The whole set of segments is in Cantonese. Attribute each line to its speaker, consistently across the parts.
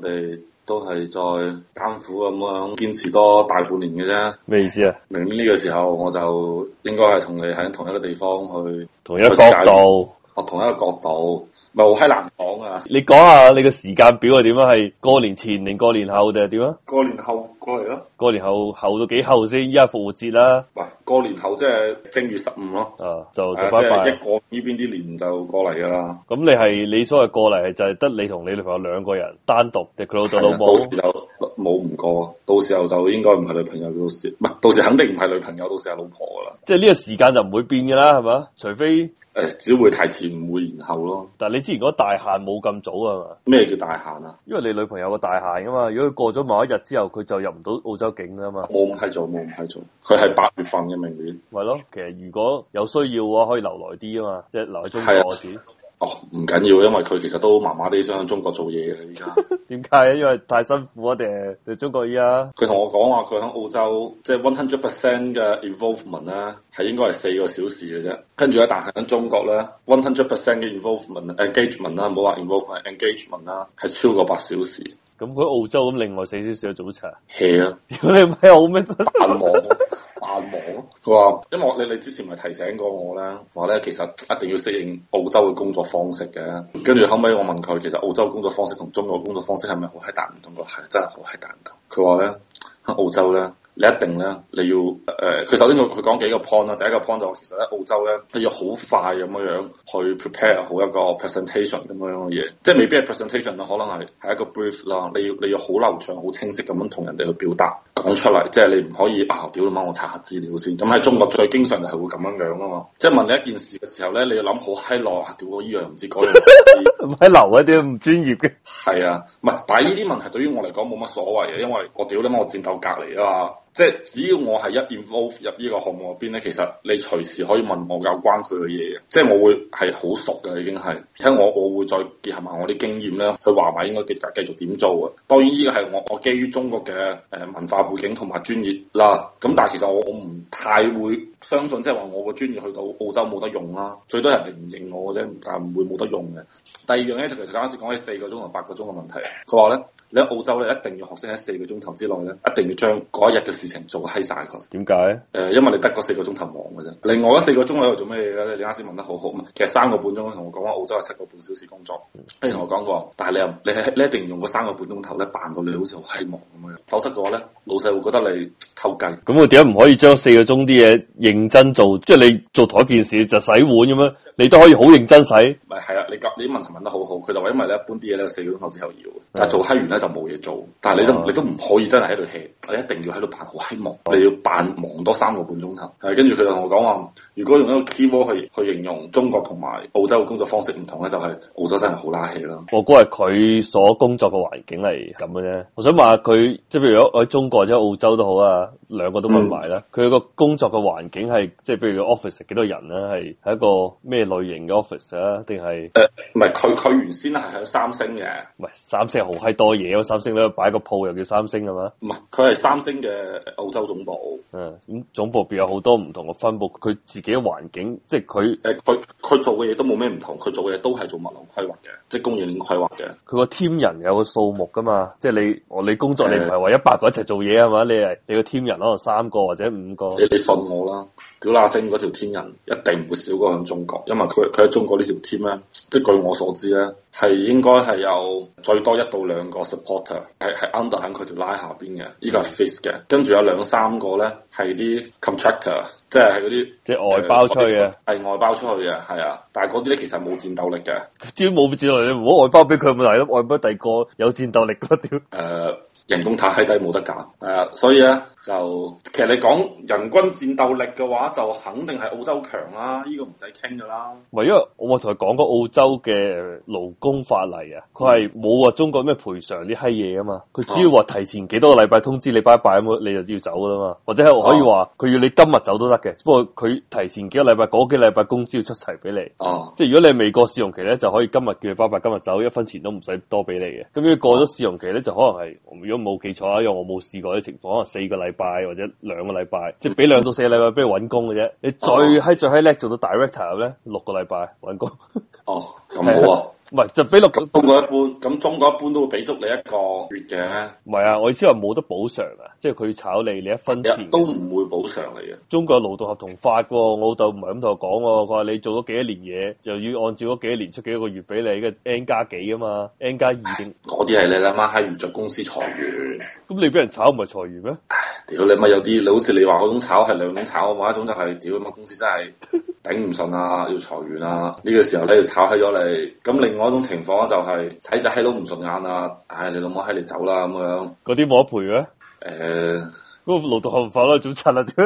Speaker 1: 哋都係再艱苦咁樣堅持多大半年嘅啫。
Speaker 2: 咩意思啊？
Speaker 1: 明年呢個時候我就應該係同你喺同一個地方去，
Speaker 2: 同一個角度，
Speaker 1: 我同一個角度，咪好閪難講啊！
Speaker 2: 你講下你嘅時間表係點啊？係過年前定過年後定係點啊？
Speaker 1: 過年後過嚟咯，
Speaker 2: 過年後後到幾後先？依家復活節啦，
Speaker 1: 喂，過年後即係正月十五咯，
Speaker 2: 啊就
Speaker 1: 係
Speaker 2: 做
Speaker 1: 啊即
Speaker 2: 翻
Speaker 1: 係
Speaker 2: 拜
Speaker 1: 一。過呢邊啲年就過嚟噶啦。
Speaker 2: 咁你係你所謂過嚟係就係得你同你女朋友兩個人單獨，定佢老豆
Speaker 1: 係
Speaker 2: 老
Speaker 1: 啊
Speaker 2: 母
Speaker 1: 到時就冇唔過，到時候就應該唔係女朋友，到時唔係到時肯定唔係女朋友，到時係老婆噶啦。
Speaker 2: 即係呢個時間就唔會變嘅啦，係嘛？除非，
Speaker 1: 誒、只會提前，唔會延後咯。
Speaker 2: 但係你之前嗰個大限冇咁早啊嘛，
Speaker 1: 咩叫大限啊？
Speaker 2: 因為你女朋友個大限啊嘛。如果佢過咗某一日之後，佢就入唔到澳洲境啦嘛，
Speaker 1: 我唔係做，我唔係做。佢係八月份嘅明年。
Speaker 2: 咪咯。其實如果有需要嘅話，可以留耐啲啊嘛，即係留喺中
Speaker 1: 係啊
Speaker 2: 國嗰時。
Speaker 1: 哦，唔緊要，因為佢其實都麻麻地想喺中國做嘢嘅。依家
Speaker 2: 點解咧？因為太辛苦啊，定係定係中國依家
Speaker 1: 佢同我講話，佢喺澳洲即係 one hundred percent 嘅 involvement 咧，係應該係四個小時嘅啫。跟住咧，但係喺中國咧，one hundred percent 嘅 involvement engagement 啦，唔好話 involvement engagement 啦，係超過八小時。
Speaker 2: 咁佢澳洲咁，另外四小時早茶，
Speaker 1: hea 啊！
Speaker 2: 屌你咪好咩？
Speaker 1: 扮忙， 扮忙。佢話：因為我你你之前咪提醒過我咧，話咧其實一定要適應澳洲嘅工作方式嘅。跟住後尾我問佢，其實澳洲工作方式同中國工作方式係咪好閪大唔同？佢話係真係好閪大唔同。佢話咧喺澳洲咧。你一定咧，你要誒，呃佢、首先佢佢講幾個 point 啦。第一個 point 就係其實咧，澳洲咧，你要好快咁樣樣去 prepare 好一個 presentation 咁樣樣嘅嘢，即係未必係 presentation 啦，可能係係一個 brief 啦。你要你要好流暢、好清晰咁樣同人哋去表達講出嚟，即係你唔可以啊，屌你媽，我查下資料先。咁喺中國最經常就係會咁樣樣啊嘛，即係問你一件事嘅時候咧，你要諗好閪耐，啊屌我依樣唔知嗰樣唔知。
Speaker 2: 唔係留一啲唔專業嘅。
Speaker 1: 係啊，唔係，但係呢啲問題對於我嚟講冇乜所謂嘅，因為我屌你媽，我戰鬥隔離啊嘛，即係只要我係一 involve 入呢個項目入邊咧，其實你隨時可以問我有關佢嘅嘢嘅，即係我會係好熟嘅已經係，聽我我會再結合埋我啲經驗咧，去話埋應該繼繼續點做啊。當然呢個係我我基於中國嘅誒文化背景同埋專業啦，咁但係其實我我唔太會相信即係話我個專業去到澳洲冇得用啦，最多人哋唔認我嘅啫，但係唔會冇得用嘅。第二樣咧，就其實啱先講起四個鐘同八個鐘嘅問題。佢話咧，你喺澳洲咧一定要學識喺四個鐘頭之內咧，一定要將嗰一日嘅事情做閪晒佢。誒、呃
Speaker 2: 點解？
Speaker 1: 因為你得嗰四個鐘頭忙嘅啫。另外嗰四個鐘喺度做咩嘢咧？你啱先問得好好，唔係其實三個半鐘同我講話澳洲係七個半小時工作。跟住同我講過，但係你又你係你一定要用嗰三個半鐘頭咧，扮到你好似好閪忙咁樣，否則嘅話咧，老細會覺得你偷雞。
Speaker 2: 咁我點解唔可以將四個鐘啲嘢認真做？即係你做同一件事就洗碗咁樣，你都可以好認真洗。
Speaker 1: 咪係啊！你夾你啲問題問得好好，佢就話因為你一般啲嘢咧四個鐘頭之後要，但係做閪完咧就冇嘢做。但係你都
Speaker 2: 哦
Speaker 1: 你都唔可以真係喺度 hea，你一定要喺度扮好閪忙，你要扮忙多三個半鐘頭。係跟住佢就同我講話，如果用一個 keyword 去去形容中國同埋澳洲嘅工作方式唔同咧，就係、澳洲真係好拉 hea 啦。
Speaker 2: 我估係佢所工作嘅環境嚟咁嘅啫。我想問下佢，即係譬如如果喺中國或者澳洲都好啊，兩個都問埋啦。佢個工作嘅環境係即係譬如個 office 係幾多人啦，係係一個咩類型嘅 office 啊？定係
Speaker 1: 誒唔係佢佢原先係喺三星嘅，
Speaker 2: 唔係三星好閪多嘢啊？三星咧擺個鋪又叫三星啊係嘛？
Speaker 1: 唔係佢係三星嘅澳洲總部。
Speaker 2: 嗯，咁總部入邊有好多唔同嘅分佈，佢自己嘅環境即係佢。
Speaker 1: 誒佢佢做嘅嘢都冇咩唔同，佢做嘅嘢都係做物流規劃嘅，即係供應鏈規劃嘅。
Speaker 2: 佢個 team 人有個數目噶嘛，即係你我你工作你唔
Speaker 1: 誒
Speaker 2: 係話一百個一齊做嘢係嘛，你係你個 team 人可能三個或者五個，
Speaker 1: 你你信我啦，屌那星嗰條天人一定唔會少過響中國，因為佢佢喺中國呢條 team 咧，即係據我所知咧，係應該係有最多一到兩個 supporter 係係 under 喺佢條拉下邊嘅，呢個係 fix 嘅，跟住有兩三個咧係啲 contractor，即係係嗰啲呃
Speaker 2: 即係外包出去啊嘅。，
Speaker 1: 係外包出去嘅，係啊，但係嗰啲咧其實冇戰鬥力嘅，誒、
Speaker 2: 只要冇戰鬥力，你唔好外包俾佢咪係咯，外包第二個有戰鬥力嗰屌。
Speaker 1: 呃人工太閪低冇得揀，係啊，所以咧就其實你講人均戰鬥力嘅話，就肯定係澳洲強啦，呢、個唔使傾噶啦。
Speaker 2: 唔係因為我咪同佢講過澳洲嘅勞工法例啊，佢係冇話中國咩賠償呢閪嘢啊嘛，佢只要話提前幾多個禮拜通知你拜拜咁，你就要走噶啦嘛，或者係可以話佢要你今日走都得嘅，不過佢提前幾個禮拜嗰幾禮拜工資要出齊俾你。
Speaker 1: 哦，
Speaker 2: 即係如果你係美國試用期咧，就可以今日叫佢拜拜，今日走，一分錢都唔使多俾你嘅。咁如果過咗試用期咧，就可能係如果冇記錯啊，因為我冇試過啲情況，可能四個禮拜或者兩個禮拜，即係俾兩到四個禮拜俾佢揾工嘅啫。
Speaker 1: 哦
Speaker 2: 你最閪最閪叻做到 director 咧，六個禮拜揾工。
Speaker 1: 哦，咁好啊！
Speaker 2: 唔係就俾六個
Speaker 1: 咁中國一般，咁中國一般都會俾足你一個月嘅，
Speaker 2: 唔係啊！我意思話冇得補償啊，即係佢炒你，你一分錢
Speaker 1: 都唔會補償你嘅。
Speaker 2: 中國有勞動合同法嘅喎，我老豆唔係咁同我講喎，佢話你做咗幾多年嘢，就要按照嗰幾多年出幾多個月俾你嘅 N 加幾啊嘛，N 加二定
Speaker 1: 嗰啲係你阿媽閪遇着公司裁員，
Speaker 2: 咁你俾人炒唔係裁員咩？
Speaker 1: 屌你媽有啲，你好似你話嗰種炒係兩種炒啊嘛，一種就係屌你媽公司真係頂唔順啊，要裁員啊，呢、個時候咧要炒閪咗你。咁另外一種情況咧就係睇只閪佬唔順眼啊，唉、你老母閪你走啦咁樣，誒、
Speaker 2: 嗰啲冇得賠嘅，嗰、個勞動合同法咯，總柒啦，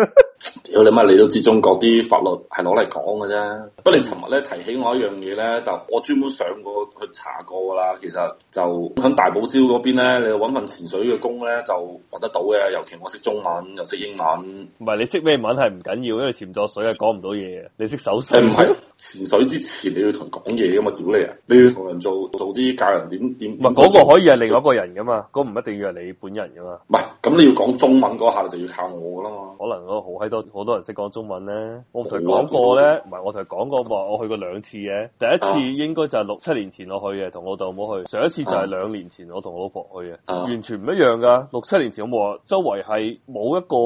Speaker 1: 屌你乜，你都知中國啲法律係攞嚟講嘅啫。不過
Speaker 2: 嗯
Speaker 1: 你尋日咧提起我一樣嘢咧，就我專門上過去查過㗎啦。其實就喺大堡礁嗰邊咧，你揾份潛水嘅工咧就揾得到嘅。尤其我識中文又識英文，
Speaker 2: 唔係你識咩文係唔緊要，因為潛咗水係講唔到嘢嘅，你識手勢
Speaker 1: 誒唔係潛水之前你要同人講嘢㗎嘛？屌你啊！你要同人做做啲教人點點。
Speaker 2: 唔係嗰個可以係另外一個人噶嘛，嗰唔一定要係你本人噶嘛。
Speaker 1: 唔係咁，你要講中文嗰下你就要靠我㗎啦嘛。
Speaker 2: 可能我好閪多好多人識講中文咧。我同佢講過咧，唔係我同佢講過話，我去過兩次嘅。第一次
Speaker 1: 啊
Speaker 2: 應該就係六七年前我去嘅，同我老豆母去。上一次就係兩年前我同我老婆去嘅，
Speaker 1: 啊
Speaker 2: 完全唔一樣噶。六七年前我冇話，周圍係冇一個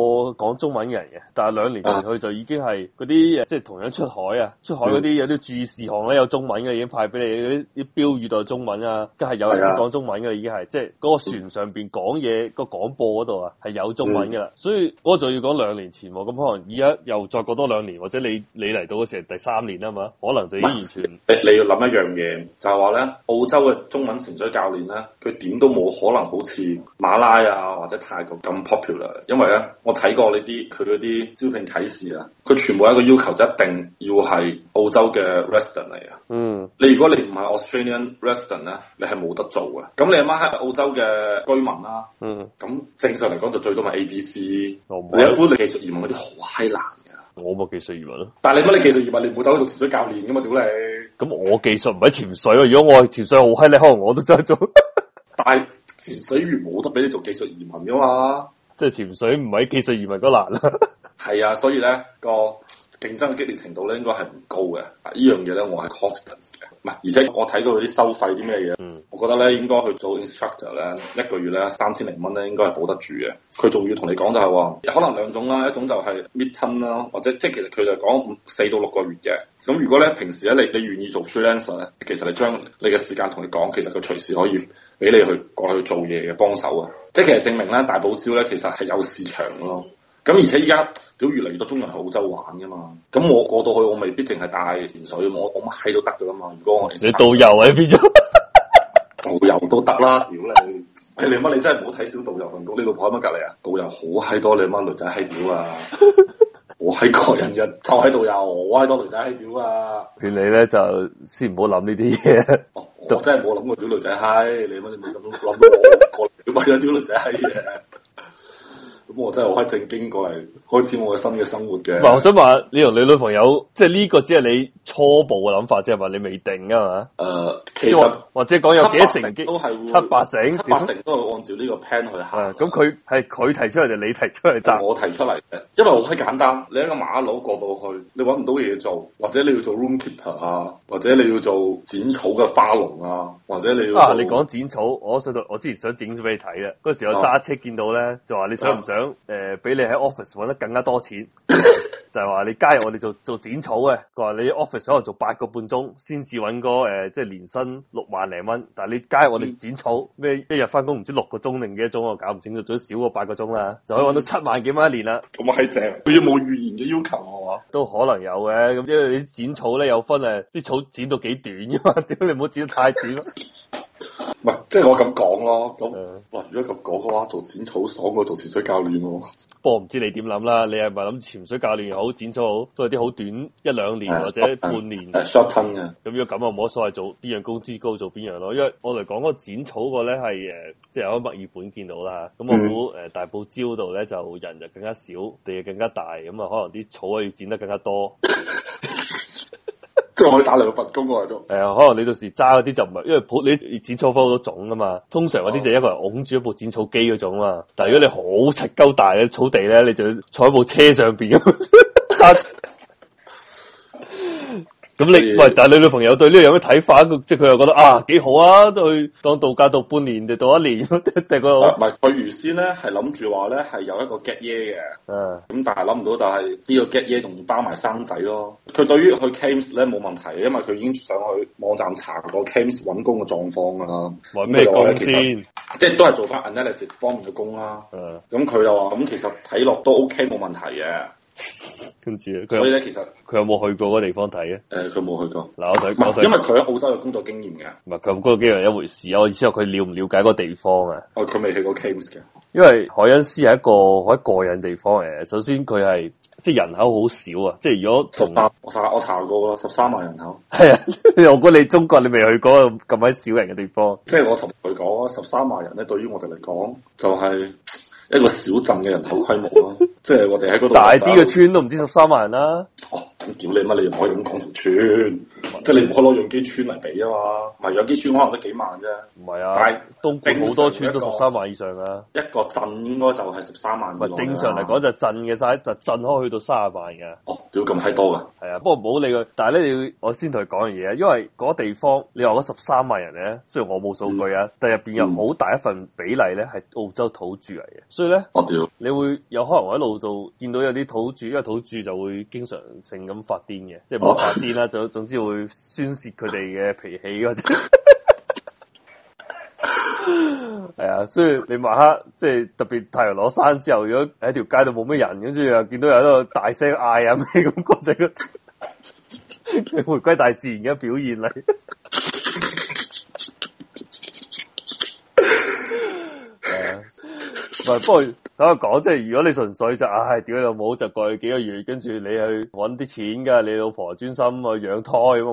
Speaker 2: 講中文嘅人嘅，但係兩年
Speaker 1: 啊
Speaker 2: 前去就已經係嗰啲即係同樣出海啊，出海嗰
Speaker 1: 嗯
Speaker 2: 啲有啲注意事項咧有中文嘅已經派俾你，嗰啲啲標語都係中文啊，梗係有人識
Speaker 1: 係啊
Speaker 2: 講中文嘅已經係，即係嗰個船上邊講嘢個廣播嗰度啊係有中文嘅啦，所以我就要講兩年前喎，咁可能而家又再過多兩年，或者你你嚟到嗰時係第三年啊嘛，可能就已經完全
Speaker 1: 你你要諗一樣嘢，就係話咧，澳洲嘅中文潛水教練咧，佢點都冇可能好似馬拉啊或者泰國咁 popular，因為咧我睇過呢啲佢嗰啲招聘啟事啊，佢全部有一個要求就一定要係澳洲嘅 resident 嚟啊。
Speaker 2: 嗯
Speaker 1: 你如果你唔係 Australian resident 咧，你係冇得做嘅。咁你阿媽係澳洲嘅居民啦、
Speaker 2: 嗯，
Speaker 1: 咁正常嚟講就最多咪 A、B、C。你
Speaker 2: 我唔
Speaker 1: 一般你技術移民嗰啲好閪難嘅，
Speaker 2: 我冇技術移民咯，
Speaker 1: 但係你乜你技術移民你唔會走去做潛水教練噶嘛？屌你！
Speaker 2: 咁我技術唔係潛水啊，如果我係潛水好閪叻，可能我都真係做。
Speaker 1: 但係潛水員冇得俾你做技術移民噶嘛。
Speaker 2: 即係潛水唔係技術移民嗰難 啦。
Speaker 1: 係啊，所以咧個競爭嘅激烈程度咧應該係唔高嘅。啊呢樣嘢咧我係 confidence 嘅，唔係而且我睇到佢啲收費啲咩嘢，
Speaker 2: 嗯
Speaker 1: 我覺得咧應該去做 instructor 咧一個月咧三千零蚊咧應該係保得住嘅。佢仲要同你講就係話，可能兩種啦，一種就係 mid term 啦，或者即係其實佢就講五四到六個月嘅。咁如果咧平時咧你你願意做 freelancer 咧，其實你將你嘅時間同你講，其實佢隨時可以俾你去過去做嘢嘅幫手啊。即係其實證明咧大堡礁咧其實係有市場咯。咁而且依家屌越嚟越多中國人去澳洲玩噶嘛，咁我過到去我未必淨係帶潛水，我我乜閪都得噶啦嘛。如果我
Speaker 2: 你導遊喺邊咗？
Speaker 1: 導遊都得啦，屌你！哎你乜你真係唔好睇小導遊份工，你老婆喺乜隔離啊？導遊好閪多你媽女仔閪屌 啊！我喺個人嘅就喺導遊，我閪多女仔閪屌啊！
Speaker 2: 勸你咧就先唔好諗呢啲嘢。
Speaker 1: 哦我真係冇諗過屌女仔閪，你乜你冇咁諗過我過嚟屌乜嘢屌女仔閪嘅？咁我真係好閪正經過嚟開始我嘅新嘅生活嘅
Speaker 2: 唔。係，我想話你同你女朋友，即係呢個只係你初步嘅諗法啫係嘛？你未定啊嘛？
Speaker 1: 誒、呃其實。
Speaker 2: 或者講有幾多成機
Speaker 1: 都係會
Speaker 2: 七八成
Speaker 1: 七八成都係按照呢個 plan 去
Speaker 2: 啊
Speaker 1: 行。
Speaker 2: 咁佢係佢提出嚟定你提出嚟咋？
Speaker 1: 我提出嚟嘅，因為好閪簡單。你一個馬佬過到去，你揾唔到嘢做，或者你要做 room keeper 啊，或者你要做剪草嘅花農啊，或者你要
Speaker 2: 啊！
Speaker 1: 做
Speaker 2: 你講剪草，我想到我之前想整咗俾你睇嘅，嗰時我
Speaker 1: 哦
Speaker 2: 揸車見到咧，就話你想唔想誒俾、你喺 office 揾得更加多 錢？就係話你加入我哋做做剪草嘅，佢話你 office 可能做八個半鐘先至揾個誒，即係年薪六萬零蚊，但係你加入我
Speaker 1: 嗯
Speaker 2: 哋剪草，咩一日翻工唔知六個鐘定幾多鐘，我搞唔清楚，最少過八個鐘啦，就
Speaker 1: 嗯
Speaker 2: 可以揾到七萬幾蚊一年啦。
Speaker 1: 咁閪正。佢有冇語言嘅要求啊？
Speaker 2: 都可能有嘅，咁因為你剪草咧有分誒，啲草剪到幾短噶嘛， 屌你唔好剪得太短咯。
Speaker 1: 唔係，即係我咁講咯。咁
Speaker 2: 嗯
Speaker 1: 哇，如果咁講嘅話，做剪草爽過做潛水教練喎、
Speaker 2: 不過我唔知你點諗啦，你係咪諗潛水教練又好，剪草好，都係啲好短一兩年
Speaker 1: 係
Speaker 2: 或者半年
Speaker 1: 誒 short term 嘅，
Speaker 2: 咁如果咁啊，冇乜所謂做邊樣工資高做邊樣咯。因為我嚟講嗰個剪草個咧係誒，即係我喺墨爾本見到啦。咁我估誒大埔礁度咧就人就更加少，地就更加大，咁啊可能啲草啊要剪得更加多。
Speaker 1: 即係我可以打兩份工喎，仲
Speaker 2: 係啊，可能你到時揸嗰啲就唔係，因為普你剪草分好多種噶嘛。通常嗰啲就一個人擁住一部剪草機嗰種嘛。但係如果你好柒鳩大嘅草地咧， 你就要坐喺部車上邊咁揸。咁咁你
Speaker 1: 所以
Speaker 2: 喂，但系你女朋友對呢個有咩睇法？佢即係佢又覺得啊幾好啊，去當度假度半年定到一年， 定
Speaker 1: 唔
Speaker 2: 個
Speaker 1: 係佢原先咧係諗住話咧係有一個 get year 嘅，
Speaker 2: 啊
Speaker 1: 咁但係諗唔到就係呢個 get year 仲要包埋生仔咯。佢對於去 Cames 咧冇問題，因為佢已經上去網站查過 Cames 揾工嘅狀況㗎啦。
Speaker 2: 揾咩
Speaker 1: 咁佢就
Speaker 2: 工
Speaker 1: 話呢
Speaker 2: 先？
Speaker 1: 即係都係做翻 analysis 方面嘅工啦。
Speaker 2: 啊
Speaker 1: 咁佢就話咁其實睇落都 OK 冇問題嘅，
Speaker 2: 跟住佢
Speaker 1: 所以
Speaker 2: 有
Speaker 1: 咧其實呃
Speaker 2: 佢有冇去過嗰個地方睇啊？
Speaker 1: 誒佢冇去過，
Speaker 2: 嗱，我想
Speaker 1: 唔
Speaker 2: 我
Speaker 1: 係
Speaker 2: 想
Speaker 1: 因為佢喺澳洲有工作經驗嘅，
Speaker 2: 唔係佢嗰個機係一回事啊！我意思係佢了唔了解嗰個地方啊？
Speaker 1: 哦佢未去過 Cames 嘅，
Speaker 2: 因為海恩斯係一個好一個人地方嚟嘅。首先佢係即係人口好少啊，即係如果
Speaker 1: 十
Speaker 2: 同
Speaker 1: 三我查我查過啦，十三萬人口，
Speaker 2: 係啊，我估你中國你未去過咁閪少人嘅地方，
Speaker 1: 即係我同佢講十三萬人咧，對於我哋嚟講就係、一個小鎮嘅人口規模 咯，即係我哋喺嗰度
Speaker 2: 大啲嘅村都唔知十三萬人啦。
Speaker 1: 哦，咁屌你乜？你唔可以咁講條村，即係你唔可以攞養基村嚟比啊嘛。唔係養基村可能得幾萬啫，
Speaker 2: 唔係啊，
Speaker 1: 但係
Speaker 2: 東莞好多
Speaker 1: 正常一
Speaker 2: 村都
Speaker 1: 個
Speaker 2: 十三萬以上啊。
Speaker 1: 一個鎮應該就係十三萬以
Speaker 2: 唔
Speaker 1: 內
Speaker 2: 係
Speaker 1: 啦。
Speaker 2: 正常
Speaker 1: 啊
Speaker 2: 嚟講就鎮嘅晒，就鎮可以去到三十萬嘅。
Speaker 1: 哦，屌咁閪多噶，
Speaker 2: 係啊，不過唔好理佢。但係咧，你要我先同佢講樣嘢，因為嗰個地方你話嗰十三萬人咧，雖然我冇數據啊，但係入邊有好大一份比例咧係澳洲土著嚟嘅，所以咧
Speaker 1: 我哦屌，
Speaker 2: 你會有可能我喺路度見到有啲土著，因為土著就會經常性咁發癲嘅，即係冇
Speaker 1: 哦
Speaker 2: 發癲啦，總總之會宣泄佢哋嘅脾氣或者。係啊，所以你晚黑即係特別太陽落山之後，如果喺條街度冇咩人，跟住又見到有喺度大聲嗌啊咩咁嗰只，佢回歸大自然嘅表現嚟。係啊唔係，不過等我講，即係如果你純粹就唉，屌你老母就過去幾個月，跟住你去揾啲錢㗎，你老婆專心去養胎咁啊，